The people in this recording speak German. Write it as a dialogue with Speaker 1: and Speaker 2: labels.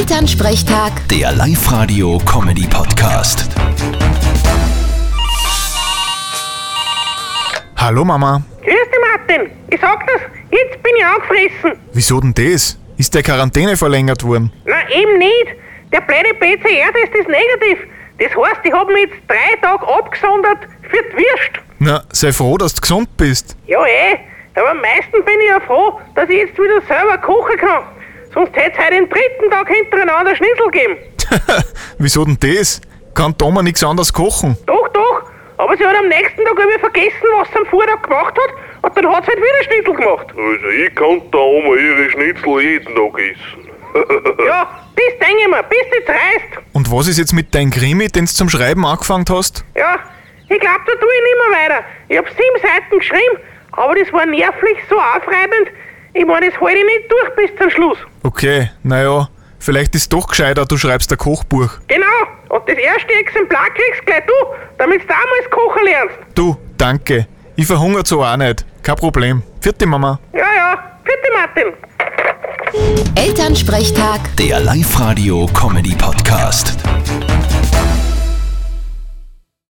Speaker 1: Elternsprechtag,
Speaker 2: Der Live-Radio-Comedy-Podcast.
Speaker 3: Hallo Mama.
Speaker 4: Grüß dich, Martin. Ich sag das, jetzt bin ich angefressen.
Speaker 3: Wieso denn das? Ist der Quarantäne verlängert worden?
Speaker 4: Na, eben nicht. Der blöde PCR-Test ist negativ. Das heißt, ich hab mich jetzt drei Tage abgesondert für die Wurst.
Speaker 3: Na, sei froh, dass du gesund bist.
Speaker 4: Ja, eh. Aber am meisten bin ich ja froh, dass ich jetzt wieder selber kochen kann. Sonst hätt's heute den dritten Tag hintereinander Schnitzel gegeben.
Speaker 3: Wieso denn das? Kann Toma nichts anderes kochen?
Speaker 4: Doch, doch. Aber sie hat am nächsten Tag irgendwie vergessen, was sie am Vortag gemacht hat. Und dann hat sie halt wieder Schnitzel gemacht.
Speaker 5: Also ich kann da oben ihre Schnitzel jeden Tag essen.
Speaker 4: Ja, das denke ich mir. Bis das reißt.
Speaker 3: Und was ist jetzt mit deinem Krimi, den du zum Schreiben angefangen hast?
Speaker 4: Ja, ich glaub, da tu ich nicht mehr weiter. Ich hab sieben Seiten geschrieben, aber das war nervlich so aufreibend. Ich mein, das halte ich nicht durch bis zum Schluss.
Speaker 3: Okay, naja, vielleicht ist doch gescheiter, du schreibst ein Kochbuch.
Speaker 4: Genau, und das erste Exemplar kriegst gleich du, damit du damals kochen lernst.
Speaker 3: Du, danke. Ich verhungert so auch nicht. Kein Problem. Vierte Mama.
Speaker 4: Ja, ja, bitte Martin.
Speaker 1: Elternsprechtag.
Speaker 2: Der Live-Radio-Comedy-Podcast.